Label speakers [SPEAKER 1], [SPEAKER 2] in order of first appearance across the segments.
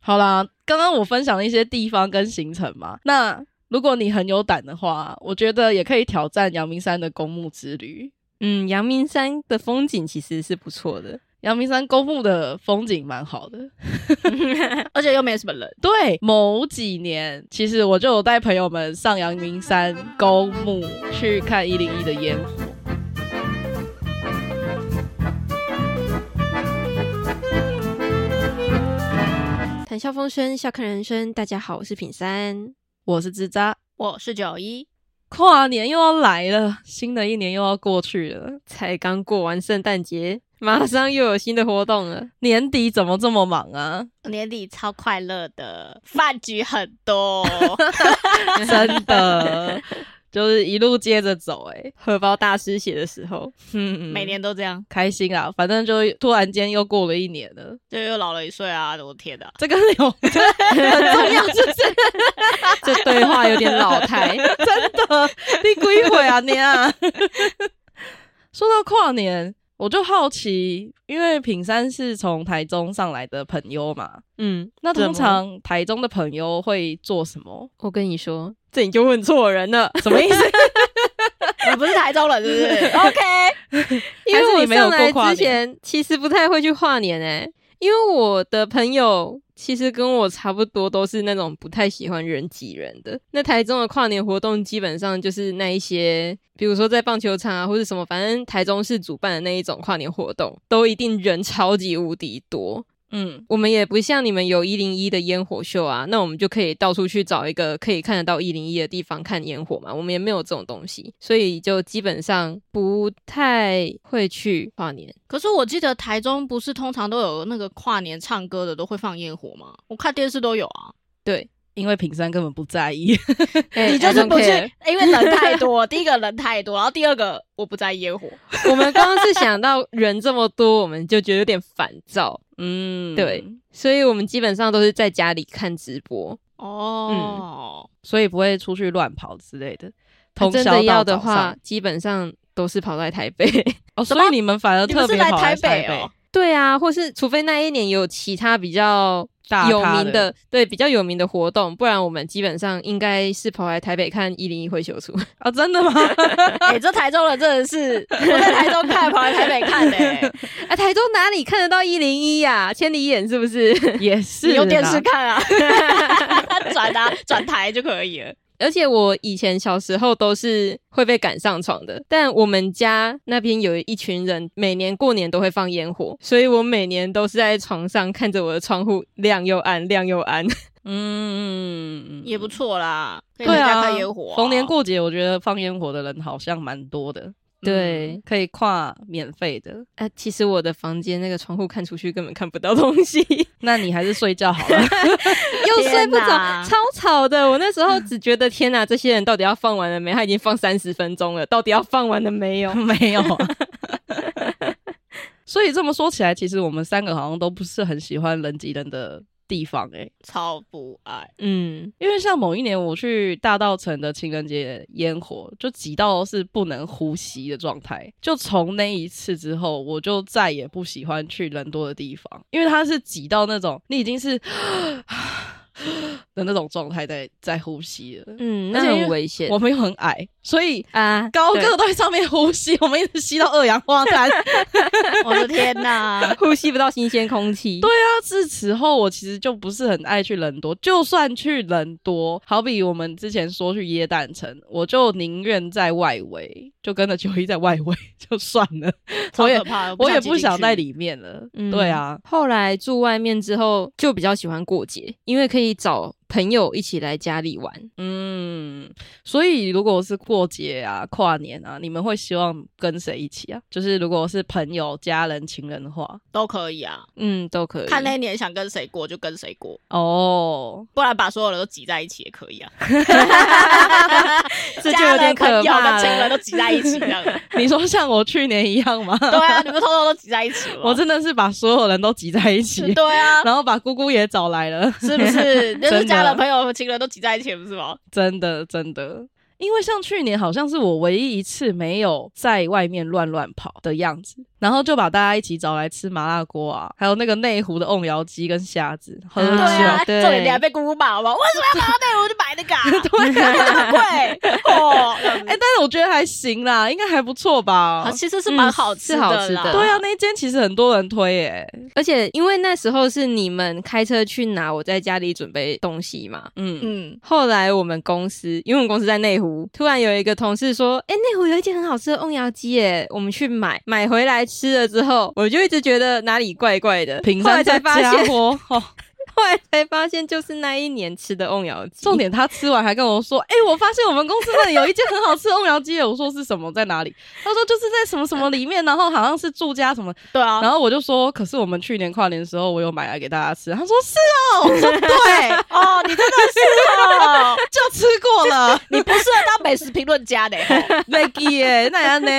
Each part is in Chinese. [SPEAKER 1] 好啦，刚刚我分享了一些地方跟行程嘛，那如果你很有胆的话，我觉得也可以挑战阳明山的公墓之旅。
[SPEAKER 2] 嗯，阳明山的风景其实是不错的，
[SPEAKER 1] 阳明山公墓的风景蛮好的，
[SPEAKER 3] 而且又没什么人。
[SPEAKER 1] 对，某几年其实我就有带朋友们上阳明山公墓去看一零一的烟火。
[SPEAKER 2] 谈笑风生，笑看人生。大家好，我是品三。
[SPEAKER 1] 我是吱喳，
[SPEAKER 3] 我是九一，
[SPEAKER 1] 跨年又要来了，新的一年又要过去了，
[SPEAKER 2] 才刚过完圣诞节，马上又有新的活动了。
[SPEAKER 1] 年底怎么这么忙啊？
[SPEAKER 3] 年底超快乐的，饭局很多，
[SPEAKER 1] 真的，就是一路接着走、欸，哎，
[SPEAKER 2] 荷包大失血的时候，
[SPEAKER 1] 嗯，
[SPEAKER 3] 每年都这样，
[SPEAKER 1] 开心啊，反正就突然间又过了一年了，
[SPEAKER 3] 就又老了一岁啊！我天 哪，
[SPEAKER 1] 这个有 很重要，是不是？
[SPEAKER 2] 这对话有点老 态。
[SPEAKER 1] 哎真的， 你鬼会啊你啊！ 说到跨年，我就好奇，因为品山是从台中上来的朋友嘛，
[SPEAKER 2] 嗯，
[SPEAKER 1] 那通
[SPEAKER 2] 怎么
[SPEAKER 1] 常台中的朋友会做什么？
[SPEAKER 2] 我跟你说，这你就问错人了，
[SPEAKER 1] 什么意 思？
[SPEAKER 3] 你啊不是台中人是不 是？OK，
[SPEAKER 2] 因
[SPEAKER 1] 还是
[SPEAKER 2] 为我
[SPEAKER 1] 你没有
[SPEAKER 2] 上
[SPEAKER 1] 过
[SPEAKER 2] 来
[SPEAKER 1] 跨
[SPEAKER 2] 之前其实不太会去跨年诶、因为我的朋友其实跟我差不多都是那种不太喜欢人挤人的。那台中的跨年活动基本上就是那一些，比如说在棒球场啊或者什么，反正台中市主办的那一种跨年活动，都一定人超级无敌多。
[SPEAKER 1] 嗯，
[SPEAKER 2] 我们也不像你们有一零一的烟火秀啊，那我们就可以到处去找一个可以看得到一零一的地方看烟火嘛。我们也没有这种东西，所以就基本上不太会去跨
[SPEAKER 1] 哎
[SPEAKER 2] 年。
[SPEAKER 3] 可是我记得台中不是通常都有那个跨年唱歌的都会放烟火吗？我看电视都有啊。
[SPEAKER 1] 因为品山根本不在意，
[SPEAKER 2] 哎
[SPEAKER 3] 你就是不去
[SPEAKER 2] I don't care
[SPEAKER 3] 因为人太多。 第一个人太多，然后第二个我不在意烟火。
[SPEAKER 2] 我们刚刚是想到人这么多，我们就觉得有点烦躁，
[SPEAKER 1] 嗯，
[SPEAKER 2] 对，所以我们基本上都是在家里看直播。
[SPEAKER 3] 哦，
[SPEAKER 1] 所以不会出去乱跑之类的。通宵
[SPEAKER 2] 啊真
[SPEAKER 1] 到
[SPEAKER 2] 的要的
[SPEAKER 1] 早上
[SPEAKER 2] 话，，基本上都是跑来台北。
[SPEAKER 1] 哦，所以你们反而
[SPEAKER 3] 你们
[SPEAKER 1] 特
[SPEAKER 3] 是
[SPEAKER 1] 别
[SPEAKER 3] 来
[SPEAKER 1] 跑台
[SPEAKER 3] 台北哦？
[SPEAKER 2] 对啊，或是除非那一年有其他比较
[SPEAKER 1] 大
[SPEAKER 2] 有
[SPEAKER 1] 咖
[SPEAKER 2] 名的，对比较有名的活动，不然我们基本上应该是跑来台北看一零一会秀出。
[SPEAKER 1] 啊，真的吗？
[SPEAKER 3] 哎、这台中人真的 是，我在台中看，跑来台北看 嘞、
[SPEAKER 2] 啊，台中哪里看得到一零一呀？千里眼是不是？
[SPEAKER 1] 也是
[SPEAKER 3] 你
[SPEAKER 1] 啦
[SPEAKER 3] 用电视看啊， 转啊转台就可以了。
[SPEAKER 2] 而且我以前小时候都是会被赶上床的，但我们家那边有一群人，每年过年都会放烟火，所以我每年都是在床上看着我的窗户亮又暗，亮又暗。
[SPEAKER 1] 嗯，嗯嗯嗯
[SPEAKER 3] 也不错啦，可以
[SPEAKER 1] 对
[SPEAKER 3] 回家
[SPEAKER 1] 啊，
[SPEAKER 3] 看烟火、
[SPEAKER 1] 逢年，过节，我觉得放烟火的人好像蛮多的，嗯
[SPEAKER 2] 对，
[SPEAKER 1] 可以跨免费的。
[SPEAKER 2] 啊，其实我的房间那个窗户看出去根本看不到东西。
[SPEAKER 1] 那你还是睡觉 好了。？
[SPEAKER 2] 又睡不
[SPEAKER 3] 天
[SPEAKER 2] 着
[SPEAKER 3] 哪，
[SPEAKER 2] 超吵的。我那时候只觉得天哪，这些人到底要放完了没？他已经放三十分钟了，到底要放完了 没有
[SPEAKER 1] 没有啊。所以这么说起来，其实我们三个好像都不是很喜欢人挤人的地方欸诶、
[SPEAKER 3] 超不爱。
[SPEAKER 2] 嗯，
[SPEAKER 1] 因为像某一年我去大稻城的情人节烟火，就挤到是不能呼吸的状态。就从那一次之后，我就再也不喜欢去人多的地方，因为它是挤到那种你已经是的那种状态在在呼吸了。
[SPEAKER 2] 嗯，
[SPEAKER 1] 而
[SPEAKER 2] 那
[SPEAKER 1] 且因为
[SPEAKER 2] 很危险
[SPEAKER 1] 我们又很矮，所以
[SPEAKER 2] 啊！
[SPEAKER 1] 高个都在上面呼吸，我们一直吸到二氧化碳。
[SPEAKER 3] 我的天哪
[SPEAKER 2] 对！呼吸不到新鲜空 气。
[SPEAKER 1] 对啊，自此后我其实就不是很爱去人多，就算去人多，好比我们之前说去耶诞城，我就宁愿在外围，就跟着九一在外围 就算了，我也
[SPEAKER 3] 超可怕
[SPEAKER 1] 我也不想在
[SPEAKER 3] 里。
[SPEAKER 1] 里面了。
[SPEAKER 2] 嗯
[SPEAKER 1] 对啊，，
[SPEAKER 2] 后来住外面之后，就比较喜欢过节，因为可以找朋友一起来家里玩。
[SPEAKER 1] 嗯，所以如果是过节啊、跨年啊，你们会希望跟谁一起啊？就是如果是朋友、家人、情人的话，
[SPEAKER 3] 都可以啊，
[SPEAKER 2] 嗯，都可以。
[SPEAKER 3] 看那一年想跟谁过就跟谁过，
[SPEAKER 1] 哦，
[SPEAKER 3] 不然把所有人都挤在一起也可以啊。
[SPEAKER 2] 这就
[SPEAKER 3] 家
[SPEAKER 2] 有
[SPEAKER 3] 人
[SPEAKER 2] 点
[SPEAKER 3] 朋
[SPEAKER 2] 可
[SPEAKER 3] 友
[SPEAKER 2] 怕
[SPEAKER 3] 跟情人
[SPEAKER 2] 了。
[SPEAKER 3] 都挤在一起 这样。
[SPEAKER 1] 你说像我去年一样吗？
[SPEAKER 3] 对啊，你们通通都挤在一起了。
[SPEAKER 1] 我真的是把所有人都挤在一起。
[SPEAKER 3] 对 啊，
[SPEAKER 1] 然后把姑姑也找来了，
[SPEAKER 3] 是不是？就
[SPEAKER 1] 真
[SPEAKER 3] 是
[SPEAKER 1] 的
[SPEAKER 3] 家人、朋友、情人都挤在一起，不是吗？
[SPEAKER 1] 真的真的。因为像去年好像是我唯一一次没有在外面乱乱跑的样子，然后就把大家一起找来吃麻辣锅啊，还有那个内湖的瓮窑鸡跟虾子，喝酒。
[SPEAKER 2] 对啊对
[SPEAKER 3] 重点你还被姑姑骂吧？为什么要跑到内湖去买那 个、
[SPEAKER 1] 对
[SPEAKER 3] 啊？
[SPEAKER 1] 啊
[SPEAKER 3] 对，贵哦。这样子
[SPEAKER 1] 哎、但是我觉得还行啦，应该还不错吧
[SPEAKER 3] 好，。其实是蛮
[SPEAKER 2] 嗯
[SPEAKER 3] 好吃
[SPEAKER 2] 是好吃
[SPEAKER 3] 啦。
[SPEAKER 2] 的
[SPEAKER 1] 对啊，那一间其实很多人推耶、
[SPEAKER 2] 而且因为那时候是你们开车去拿，我在家里准备东西嘛。
[SPEAKER 1] 嗯，
[SPEAKER 3] 嗯，
[SPEAKER 2] 后来我们公司，因为我们公司在内湖，突然有一个同事说：“哎、内湖有一间很好吃的瓮窑鸡耶，我们去买。”买回来吃了之后，我就一直觉得哪里怪怪的，
[SPEAKER 1] 平
[SPEAKER 2] 后
[SPEAKER 1] 山
[SPEAKER 2] 来才
[SPEAKER 1] 这
[SPEAKER 2] 发现
[SPEAKER 1] 家，伙，哦，
[SPEAKER 2] 后来才发现就是那一年吃的瓮窑鸡。
[SPEAKER 1] 重点他吃完还跟我说：“哎、我发现我们公司那里有一间很好吃的瓮窑鸡。”我说：“是什么？在哪里？”他说：“就是在什么什么里面，然后好像是住家什么。”
[SPEAKER 3] 对啊，
[SPEAKER 1] 然后我就说：“可是我们去年跨年的时候，我有买来给大家吃。”他说：“是哦。” 我说
[SPEAKER 3] 对哦，你真的是哦，：“
[SPEAKER 1] 就吃过 了
[SPEAKER 3] 你不适合当美食评论家的、 哦
[SPEAKER 1] ，Maggie 耶，那样呢。”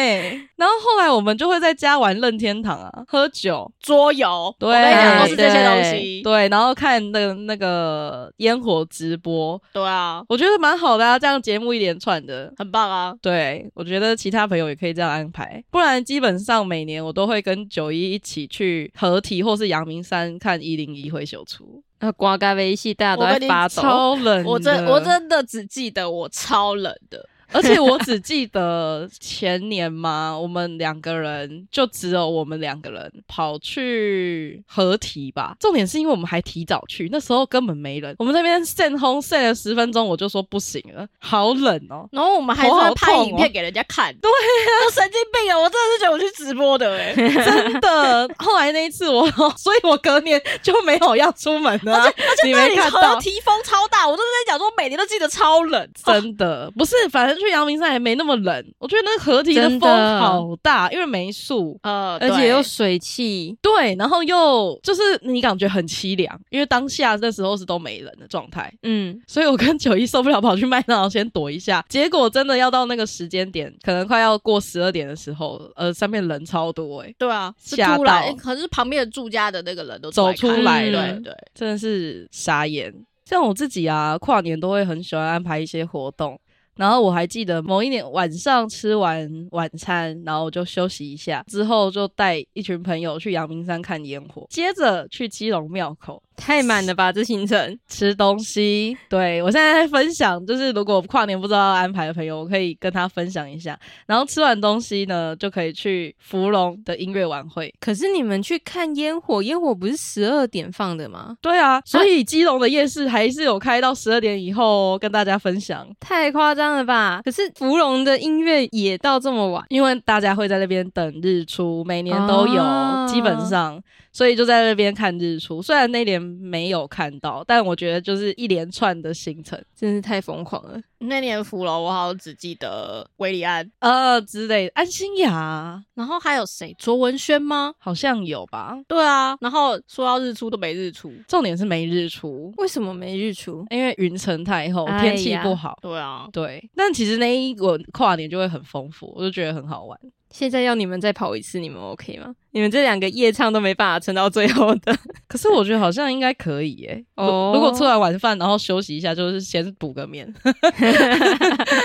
[SPEAKER 1] 然后后来我们就会在家玩任天堂啊，喝酒，
[SPEAKER 3] 桌游，
[SPEAKER 1] 对
[SPEAKER 3] 我跟你讲都是这些东西。
[SPEAKER 1] 对，然后看那个那个烟火直播，
[SPEAKER 3] 对啊，
[SPEAKER 1] 我觉得蛮好的啊，这样节目一连串的。
[SPEAKER 3] 很棒啊。
[SPEAKER 1] 对，我觉得其他朋友也可以这样安排，不然基本上每年我都会跟九一一起去合体或是阳明山看一零一会秀出，
[SPEAKER 2] 呃，刮咖啡系大家都
[SPEAKER 3] 我跟
[SPEAKER 2] 在
[SPEAKER 3] 你
[SPEAKER 2] 发抖。
[SPEAKER 1] 超冷
[SPEAKER 3] 我真我
[SPEAKER 1] 的，
[SPEAKER 3] 真的只记得我超冷的，
[SPEAKER 1] 而且我只记得前年嘛，我们两个人就只有我们两个人跑去合体吧。重点是因为我们还提早去，那时候根本没人，我们那边扇轰扇了十分钟，我就说不行了，好冷 哦。
[SPEAKER 3] 然后我们还
[SPEAKER 1] 头好
[SPEAKER 3] 在拍
[SPEAKER 1] 痛哦
[SPEAKER 3] 影片给人家看。对呀、我神经病啊！我真的是觉得我去直播的哎、
[SPEAKER 1] 真的。后来那一次我，所以我隔年就没有要出门了、啊。你
[SPEAKER 3] 那
[SPEAKER 1] 没
[SPEAKER 3] 里哦
[SPEAKER 1] 看到
[SPEAKER 3] 合？体风超大，我都是在讲说每年都记得超冷。
[SPEAKER 1] 真的不是，反正去阳明山也没那么冷。我觉得那合体的
[SPEAKER 2] 真
[SPEAKER 1] 风
[SPEAKER 2] 的
[SPEAKER 1] 好大，因为没树。
[SPEAKER 3] 呃，
[SPEAKER 2] 而且
[SPEAKER 3] 对
[SPEAKER 2] 又水汽，
[SPEAKER 1] 对，然后又就是你感觉很凄凉，因为当下那时候是都没人的状态，
[SPEAKER 2] 嗯，
[SPEAKER 1] 所以我跟九一受不了，跑去麦当劳先躲一下。结果真的要到那个时间点，可能快要过十二点的时候，呃，上面人超多、欸，
[SPEAKER 3] 对啊，是
[SPEAKER 1] 吓
[SPEAKER 3] 突然，
[SPEAKER 1] 到
[SPEAKER 3] 欸可是旁边的住家的那个人都
[SPEAKER 1] 走出
[SPEAKER 3] 看
[SPEAKER 1] 来
[SPEAKER 2] 了
[SPEAKER 3] 对对，
[SPEAKER 1] 真的是傻眼。像我自己啊，跨年都会很喜欢安排一些活动。然后我还记得某一年晚上吃完晚餐，然后我就休息一下，之后就带一群朋友去阳明山看烟火，接着去基隆庙口
[SPEAKER 2] 太满了吧这行程？
[SPEAKER 1] 吃东西。对我现在在分享，就是如果跨年不知道要安排的朋友，我可以跟他分享一下。然后吃完东西呢，就可以去芙蓉的音乐晚会。
[SPEAKER 2] 可是你们去看烟火，烟火不是十二点放的吗？
[SPEAKER 1] 对啊，所以基隆的夜市还是有开到十二点以后哦，跟大家分享。
[SPEAKER 2] 太夸张了吧！可是芙蓉的音乐也到这么晚，
[SPEAKER 1] 因为大家会在那边等日出，每年都有，
[SPEAKER 2] 啊
[SPEAKER 1] 基本上，所以就在那边看日出。虽然那年没有看到，但我觉得就是一连串的行程，
[SPEAKER 2] 真是太疯狂了。
[SPEAKER 3] 那年福楼我好像只记得维里安，
[SPEAKER 1] 呃之类的。安心雅
[SPEAKER 3] 然后还有谁？卓文萱吗？
[SPEAKER 1] 好像有吧，
[SPEAKER 3] 对啊，然后说要日出都没日出。
[SPEAKER 1] 重点是没日出，
[SPEAKER 2] 为什么没日出？
[SPEAKER 1] 因为云层太厚，
[SPEAKER 2] 哎呀
[SPEAKER 1] 天气不好。
[SPEAKER 3] 对啊，
[SPEAKER 1] 对，但其实那一个跨年就会很丰富，我就觉得很好玩。
[SPEAKER 2] 现在要你们再跑一次，你们 OK 吗？你们这两个夜唱都没办法撑到最后的。
[SPEAKER 1] 可是我觉得好像应该可以耶、
[SPEAKER 2] 哦
[SPEAKER 1] 哦，如果吃完晚饭然后休息一下，就是先补个 眠，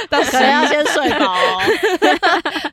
[SPEAKER 1] 到
[SPEAKER 3] 可能要先睡饱哦。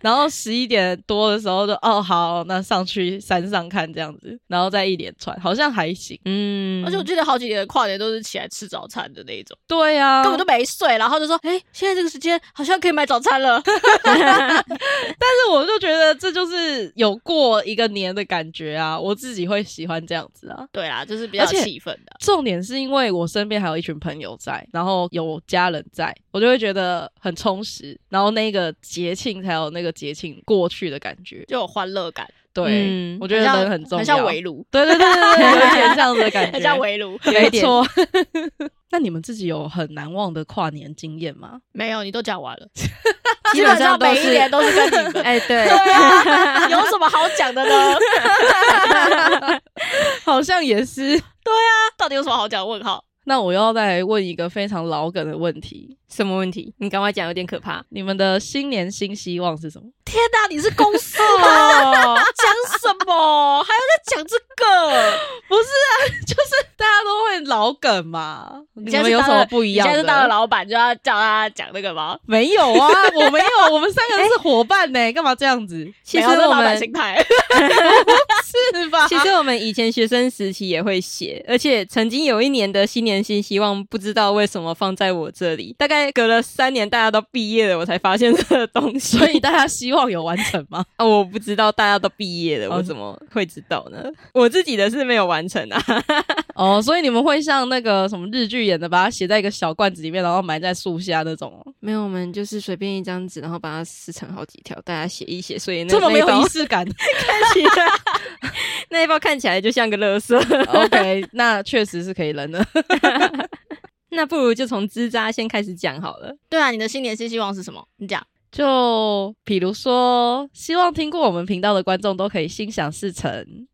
[SPEAKER 1] 然后十一点多的时候就哦好，那上去山上看这样子，然后再一连串，好像还行。
[SPEAKER 2] 嗯
[SPEAKER 3] 而且我记得好几年的跨年都是起来吃早餐的那一种，
[SPEAKER 1] 对呀、啊，
[SPEAKER 3] 根本都没睡，然后就说：“哎、现在这个时间好像可以买早餐了。
[SPEAKER 1] 但是我就觉得这就是有过一个年的感觉啊，我自己会喜欢这样子啊”。
[SPEAKER 3] 对啦，就是比较
[SPEAKER 1] 而且
[SPEAKER 3] 气愤的。
[SPEAKER 1] 重点是因为我身边还有一群朋友在，然后有家人在，我就会觉得很充实，然后那个节庆才有那个节庆过去的感觉。
[SPEAKER 3] 就有欢乐感，
[SPEAKER 1] 对，
[SPEAKER 2] 嗯
[SPEAKER 1] 我觉
[SPEAKER 3] 很
[SPEAKER 1] 得
[SPEAKER 3] 像
[SPEAKER 1] 人很重要，
[SPEAKER 3] 很像围炉，
[SPEAKER 1] 对对对对对，有一点这样子的感觉，
[SPEAKER 3] 很像围炉。
[SPEAKER 2] 有一
[SPEAKER 1] 没
[SPEAKER 2] 点
[SPEAKER 1] 错。 那你们自己有很难忘的跨年经验吗？
[SPEAKER 3] 没有，你都讲完了，
[SPEAKER 2] 基本上
[SPEAKER 3] 基
[SPEAKER 2] 都
[SPEAKER 3] 每
[SPEAKER 2] 是
[SPEAKER 3] 一年都是跟 你 们。
[SPEAKER 2] 哎、对，
[SPEAKER 3] 对啊，有什么好讲的呢？
[SPEAKER 1] 好像也是。
[SPEAKER 3] 到底有什么好讲？问号。
[SPEAKER 1] 那我要再问一个非常老梗的问题：
[SPEAKER 2] 什么问题？你赶快讲，有点可怕。
[SPEAKER 1] 你们的新年新希望是什么？
[SPEAKER 3] 天哪，你是公司 哦吗？讲什么？还要再讲这个？
[SPEAKER 1] 不是啊，就是 大家都会老梗嘛，你
[SPEAKER 3] 现在
[SPEAKER 1] 们
[SPEAKER 3] 是
[SPEAKER 1] 有什
[SPEAKER 3] 当
[SPEAKER 1] 么
[SPEAKER 3] 了
[SPEAKER 1] 不一样
[SPEAKER 3] 你
[SPEAKER 1] 的？
[SPEAKER 3] 现在 是当了老板就要叫他讲那个吗？
[SPEAKER 1] 没有啊，我没有，我们三个是伙伴 呢、干嘛这样子？
[SPEAKER 2] 其实
[SPEAKER 3] 没有这
[SPEAKER 2] 我
[SPEAKER 3] 老板
[SPEAKER 2] 们
[SPEAKER 3] 心态，
[SPEAKER 1] 是吧？
[SPEAKER 2] 其 实我们以前学生时期也会写，而且曾经有一年的新年新希望，不知道为什么放在我这里。大概隔了三年，大家都毕业了，我才发现这个东西。
[SPEAKER 1] 所以大家希望有完成吗？
[SPEAKER 2] 啊， 我不知道大家都毕业了，
[SPEAKER 1] 哦
[SPEAKER 2] 我怎么会知道呢？ 我自己的是没有完成啊。
[SPEAKER 1] 哦，所以你们会像那个什么日剧演的，把它写在一个小罐子里面，然后埋在树下那种哦，
[SPEAKER 2] 没有，我们就是随便一张纸，然后把它撕成好几条，大家写一写。所以那
[SPEAKER 1] 这么没有
[SPEAKER 2] 那一包
[SPEAKER 1] 仪式感。
[SPEAKER 2] 看起来， 那一包看起来就像个垃圾。
[SPEAKER 1] OK，那确实是可以 扔的。
[SPEAKER 2] 那不如就从枝扎先开始讲好了。
[SPEAKER 3] 对啊，你的新年新希望是什么？你讲，
[SPEAKER 1] 就比如说，希望听过我们频道的观众都可以心想事成。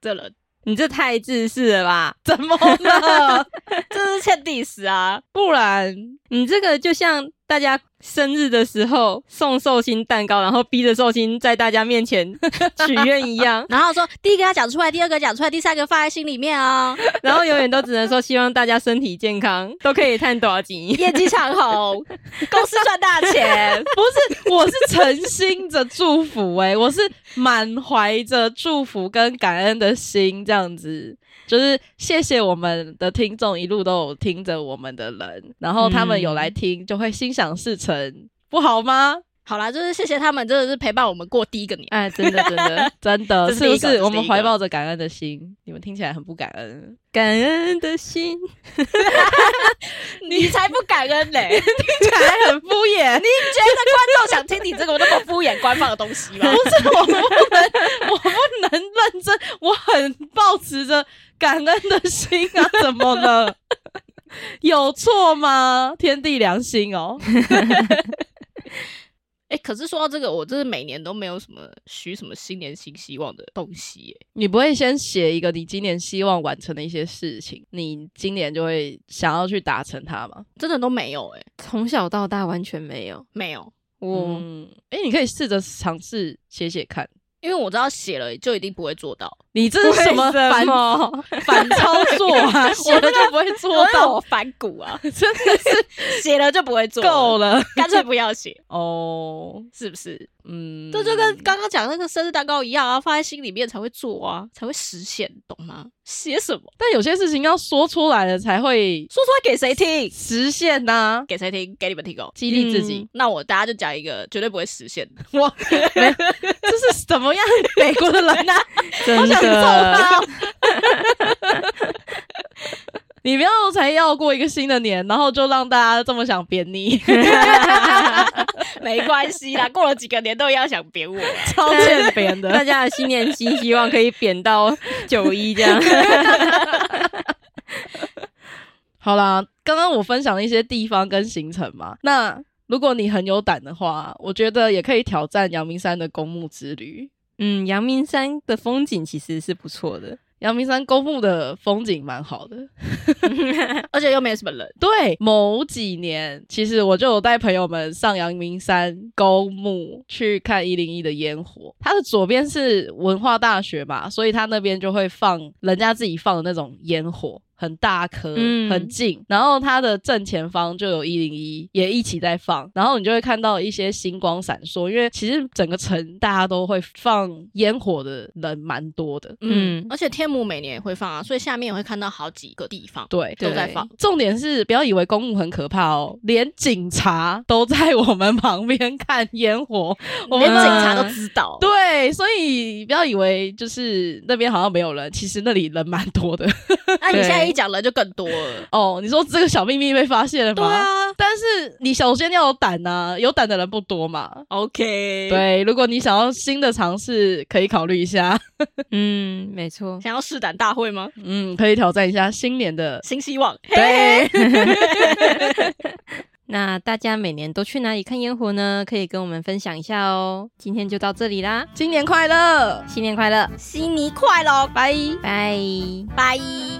[SPEAKER 3] 这人
[SPEAKER 2] 你这太自私了吧！
[SPEAKER 1] 怎么了？
[SPEAKER 3] 这是欠 diss 啊！
[SPEAKER 1] 不然
[SPEAKER 2] 你这个就像大家生日的时候送寿星蛋糕，然后逼着寿星在大家面前 许愿一样，
[SPEAKER 3] 然后说第一个要讲出来，第二个讲出来，第三个放在心里面啊、
[SPEAKER 2] 然后永远都只能说希望大家身体健康，都可以探多少斤。
[SPEAKER 3] 业绩长 虹，公司赚大钱。
[SPEAKER 1] 不是，我是诚心着祝福、欸，我是满怀着祝福跟感恩的心，这样子，就是谢谢我们的听众一路都有听着我们的人，然后他们有来听，就会心想事成，不好吗？
[SPEAKER 3] 好啦，就是谢谢他们，真的是陪伴我们过第一个年。
[SPEAKER 2] 哎，真的真 的，
[SPEAKER 1] 真的
[SPEAKER 3] 这是
[SPEAKER 1] 是
[SPEAKER 3] 第
[SPEAKER 1] 不
[SPEAKER 3] 一个这
[SPEAKER 1] 是？
[SPEAKER 3] 是
[SPEAKER 1] 我们
[SPEAKER 3] 第一个
[SPEAKER 1] 怀抱着感恩的心，你们听起来很不感恩，
[SPEAKER 2] 感恩的 心，
[SPEAKER 3] 你才不感恩 嘞！你觉
[SPEAKER 1] 听起来很敷衍。你
[SPEAKER 3] 得观众想听你这个那么敷衍官方的东西吗？
[SPEAKER 1] 不是我不能，我不能认真，我很保持着感恩的心啊，怎么了？ 有错吗？天地良心哦，
[SPEAKER 3] 哎、可是说到这个，我真的每年都没有什么许什么新年新希望的东西耶、
[SPEAKER 1] 你不会先写一个你今年希望完成的一些事情，你今年就会想要去达成它吗？
[SPEAKER 3] 真的都没有哎、
[SPEAKER 2] 从小到大完全没有。
[SPEAKER 3] 没有，
[SPEAKER 2] 我、
[SPEAKER 1] 嗯，哎、你可以试着尝试写写看。
[SPEAKER 3] 因为我知道写了就一定不会做到，
[SPEAKER 1] 你这是什么反
[SPEAKER 2] 么？
[SPEAKER 1] 反操作 啊？写了就不会做到，
[SPEAKER 3] 反 骨啊，
[SPEAKER 1] 真的是
[SPEAKER 3] 写了就不会做，
[SPEAKER 1] 够
[SPEAKER 3] 了，
[SPEAKER 1] 了
[SPEAKER 3] 干脆不要写，
[SPEAKER 1] 哦。
[SPEAKER 3] 是不是？
[SPEAKER 1] 嗯，
[SPEAKER 3] 这就跟刚刚讲那个生日蛋糕一样啊，放在心里面才会做啊，才会实现，懂吗？写什么？
[SPEAKER 1] 但有些事情要说出来了才会
[SPEAKER 3] 说出来给谁听？
[SPEAKER 1] 实现啊呐、
[SPEAKER 3] 给谁听？给你们听哦。
[SPEAKER 1] 激励自己。
[SPEAKER 3] 那我大家就讲一个绝对不会实现 的，
[SPEAKER 1] 我嗯这是怎么样？美国的人呐、
[SPEAKER 2] 真
[SPEAKER 1] 想揍
[SPEAKER 2] 的，
[SPEAKER 1] 他！哦 你不要才要过一个新的年，然后就让大家这么想扁 你，
[SPEAKER 3] 没关系啦，过了几个年都一样想扁我啊。
[SPEAKER 1] 超欠扁
[SPEAKER 2] 大
[SPEAKER 1] 的。
[SPEAKER 2] 家的新年新希望可以贬到九一这 样。
[SPEAKER 1] 好啦，刚刚我分享了一些地方跟行程嘛，那如果你很有胆的话，我觉得也可以挑战阳明山的公墓之旅。
[SPEAKER 2] 嗯，阳明山的风景其实是不错的。
[SPEAKER 1] 阳明山公墓的风景蛮好的，
[SPEAKER 3] 而且又没什么人，
[SPEAKER 1] 对，某几年，其实我就有带朋友们上阳明山公墓去看一零一的烟火。它的左边是文化大学嘛，所以它那边就会放人家自己放的那种烟火，很大颗，
[SPEAKER 2] 嗯
[SPEAKER 1] 很近。然后它的正前方就有一零一也一起在放，然后你就会看到一些星光闪烁，因为其实整个城大家都会放烟火的人蛮多的。
[SPEAKER 2] 嗯
[SPEAKER 3] 而且天母每年也会放啊，所以下面也会看到好几个地方
[SPEAKER 1] 对，
[SPEAKER 3] 都在
[SPEAKER 2] 对
[SPEAKER 3] 放。
[SPEAKER 1] 重点是不要以为公墓很可怕哦，连警察都在我们旁边看烟火，我们
[SPEAKER 3] 连
[SPEAKER 2] 嗯
[SPEAKER 3] 警察都知道，
[SPEAKER 1] 对，所以不要以为就是那边好像没有人，其实那里人蛮多的。
[SPEAKER 3] 那你
[SPEAKER 2] 对
[SPEAKER 3] 现在一讲人就更多了。
[SPEAKER 1] 哦，你说这个小秘密被发现了吗？
[SPEAKER 3] 对啊
[SPEAKER 1] 但是你首先要有胆呐、有胆的人不多嘛。
[SPEAKER 3] ，OK，，
[SPEAKER 1] 对，如果你想要新的尝试，可以考虑一下。
[SPEAKER 2] 嗯，没错。
[SPEAKER 3] 想要试胆大会吗？
[SPEAKER 1] 嗯，可以挑战一下新年的。
[SPEAKER 3] 新希望，
[SPEAKER 1] 对，
[SPEAKER 2] 那大家每年都去哪里看烟火呢？可以跟我们分享一下哦。今天就到这里啦，
[SPEAKER 1] 新年快乐！
[SPEAKER 2] 新年快乐，
[SPEAKER 3] 新年快乐，
[SPEAKER 1] 拜。
[SPEAKER 2] 拜。
[SPEAKER 3] 拜。